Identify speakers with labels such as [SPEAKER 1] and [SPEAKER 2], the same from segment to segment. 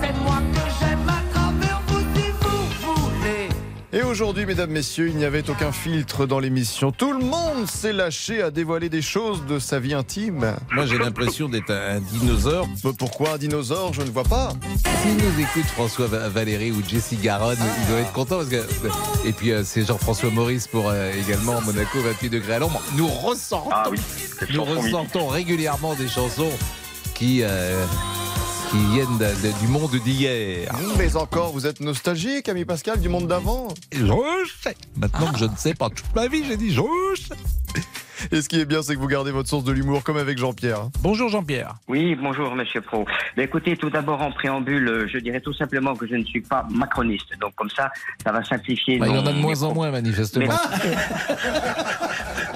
[SPEAKER 1] c'est moi que j'aime ma grand-mère, vous si vous voulez.
[SPEAKER 2] Et aujourd'hui, mesdames, messieurs, il n'y avait aucun filtre dans l'émission. Tout le monde s'est lâché à dévoiler des choses de sa vie intime.
[SPEAKER 3] Moi, j'ai l'impression d'être un, un dinosaure.
[SPEAKER 2] Mais Pourquoi un dinosaure Je ne vois pas.
[SPEAKER 3] S'ils nous écoutent, François Va- Valéry ou Jessie Garonne, ils doivent être contents. Parce que... Et puis, euh, c'est Jean-François Maurice pour euh, également Monaco 28 degrés à l'ombre. Nous ressortons,
[SPEAKER 4] Ah oui, cette
[SPEAKER 3] nous
[SPEAKER 4] chanson mythique.
[SPEAKER 3] ressortons régulièrement des chansons qui, euh, qui viennent de- de- du monde d'hier.
[SPEAKER 2] Ah, Mais encore, vous êtes nostalgique, ami Pascal, du monde d'avant.
[SPEAKER 3] Je sais. Maintenant que je ne sais pas toute ma vie, j'ai dit je sais.
[SPEAKER 2] Et ce qui est bien, c'est que vous gardez votre source de l'humour, comme avec Jean-Pierre.
[SPEAKER 3] Bonjour Jean-Pierre.
[SPEAKER 4] Oui, bonjour Monsieur Pro. Ben, écoutez, tout d'abord en préambule, euh, je dirais tout simplement que je ne suis pas macroniste. Donc comme ça, ça va simplifier.
[SPEAKER 3] Bah, il
[SPEAKER 4] mon-
[SPEAKER 3] en a de moins en moins, manifestement.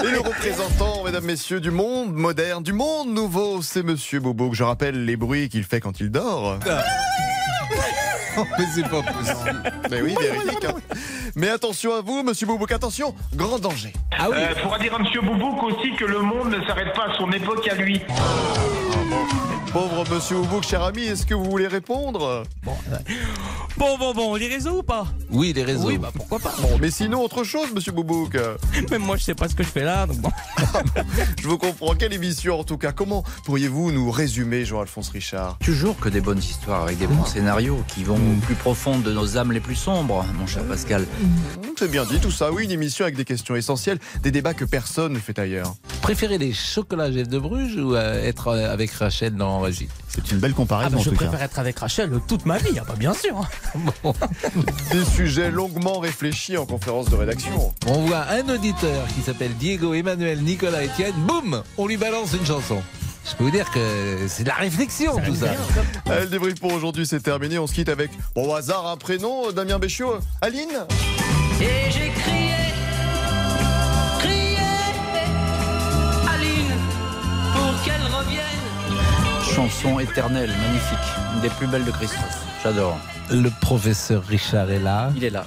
[SPEAKER 2] Et le représentant, mesdames, messieurs, du monde moderne, du monde nouveau, c'est Monsieur Bobo, que je rappelle les bruits qu'il fait quand il dort.
[SPEAKER 3] Mais c'est pas possible.
[SPEAKER 2] Mais oui, véridique. hein. Mais attention à vous, Monsieur Bobo, attention, grand danger.
[SPEAKER 3] Ah oui,
[SPEAKER 5] Euh, faudra dire à Monsieur Boubouk aussi que le monde ne s'arrête pas à son époque à lui.
[SPEAKER 2] Pauvre Monsieur Bobo, cher ami, est-ce que vous voulez répondre
[SPEAKER 6] Bon, bon, bon, les réseaux ou pas
[SPEAKER 3] oui, les réseaux.
[SPEAKER 6] Oui, bah pourquoi pas.
[SPEAKER 2] Mais sinon, autre chose, monsieur Boubouk.
[SPEAKER 6] Même moi, je sais pas ce que je fais là, donc bon.
[SPEAKER 2] Je vous comprends. Quelle émission, en tout cas Comment pourriez-vous nous résumer, Jean-Alphonse Richard
[SPEAKER 7] Toujours que des bonnes histoires avec des bons scénarios qui vont au plus profond de nos âmes les plus sombres, mon cher Pascal.
[SPEAKER 2] Hum, C'est bien dit tout ça. Oui, une émission avec des questions essentielles, des débats que personne ne fait ailleurs.
[SPEAKER 3] Préférez les chocolats Jeff de Bruges ou euh, être euh, avec Rachel dans Régie
[SPEAKER 8] C'est une belle comparaison en
[SPEAKER 6] Ah, bah, je
[SPEAKER 8] tout cas.
[SPEAKER 6] préfère être avec Rachel toute ma vie, ah bah bien sûr.
[SPEAKER 2] Des sujets longuement réfléchis en conférence de rédaction.
[SPEAKER 3] On voit un auditeur qui s'appelle Diego Emmanuel Nicolas Etienne, boum, on lui balance une chanson. Je peux vous dire que c'est de la réflexion tout ça.
[SPEAKER 2] Allez, le débrief pour aujourd'hui, c'est terminé. On se quitte avec, bon, au hasard, un prénom, euh, Damien Béchiot, euh, Aline
[SPEAKER 1] Et j'ai crié, crié, Aline, pour qu'elle revienne.
[SPEAKER 7] Chanson éternelle, magnifique. Une des plus belles de Christophe. J'adore.
[SPEAKER 3] Le professeur Richard est là.
[SPEAKER 7] Il est là.